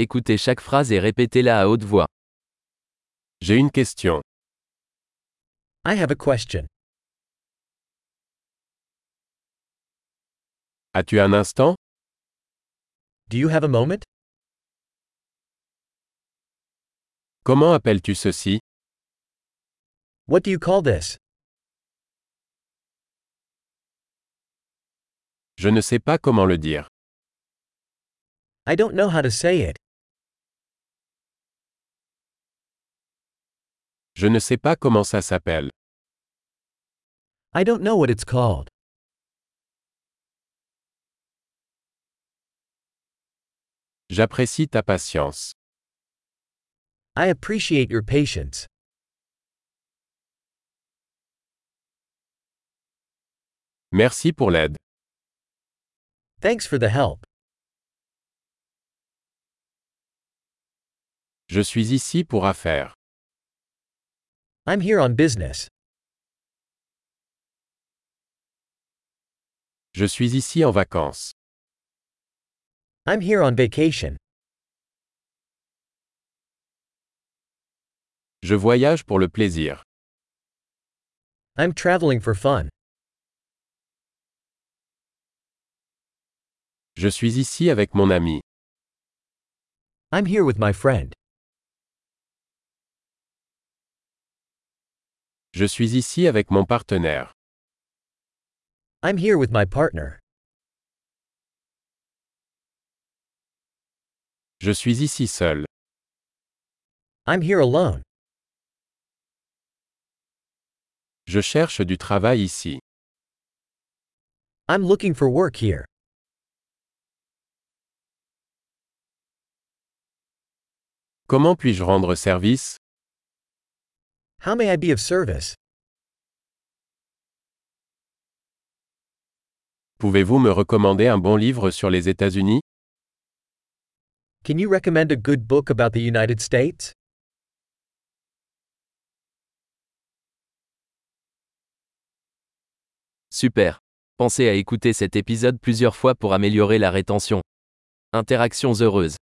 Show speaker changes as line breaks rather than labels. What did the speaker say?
Écoutez chaque phrase et répétez-la à haute voix.
J'ai une question.
I have a question.
As-tu un instant
Do you have a moment?
Comment appelles-tu ceci
What do you call this?
Je ne sais pas comment le dire.
I don't know how to say it.
Je ne sais pas comment ça s'appelle.
I don't know what it's called.
J'apprécie ta patience.
I appreciate your patience.
Merci pour l'aide.
Thanks for the help.
Je suis ici pour affaires.
I'm here on business.
Je suis ici en vacances.
I'm here on vacation.
Je voyage pour le plaisir.
I'm traveling for fun.
Je suis ici avec mon ami.
I'm here with my friend.
Je suis ici avec mon partenaire.
I'm here with my partner.
Je suis ici seul.
I'm here alone.
Je cherche du travail ici.
I'm looking for work here.
Comment puis-je rendre service
How may I be of service?
Pouvez-vous me recommander un bon livre sur les États-Unis
Can you recommend a good book about the United States?
Super. Pensez à écouter cet épisode plusieurs fois pour améliorer la rétention. Interactions heureuses.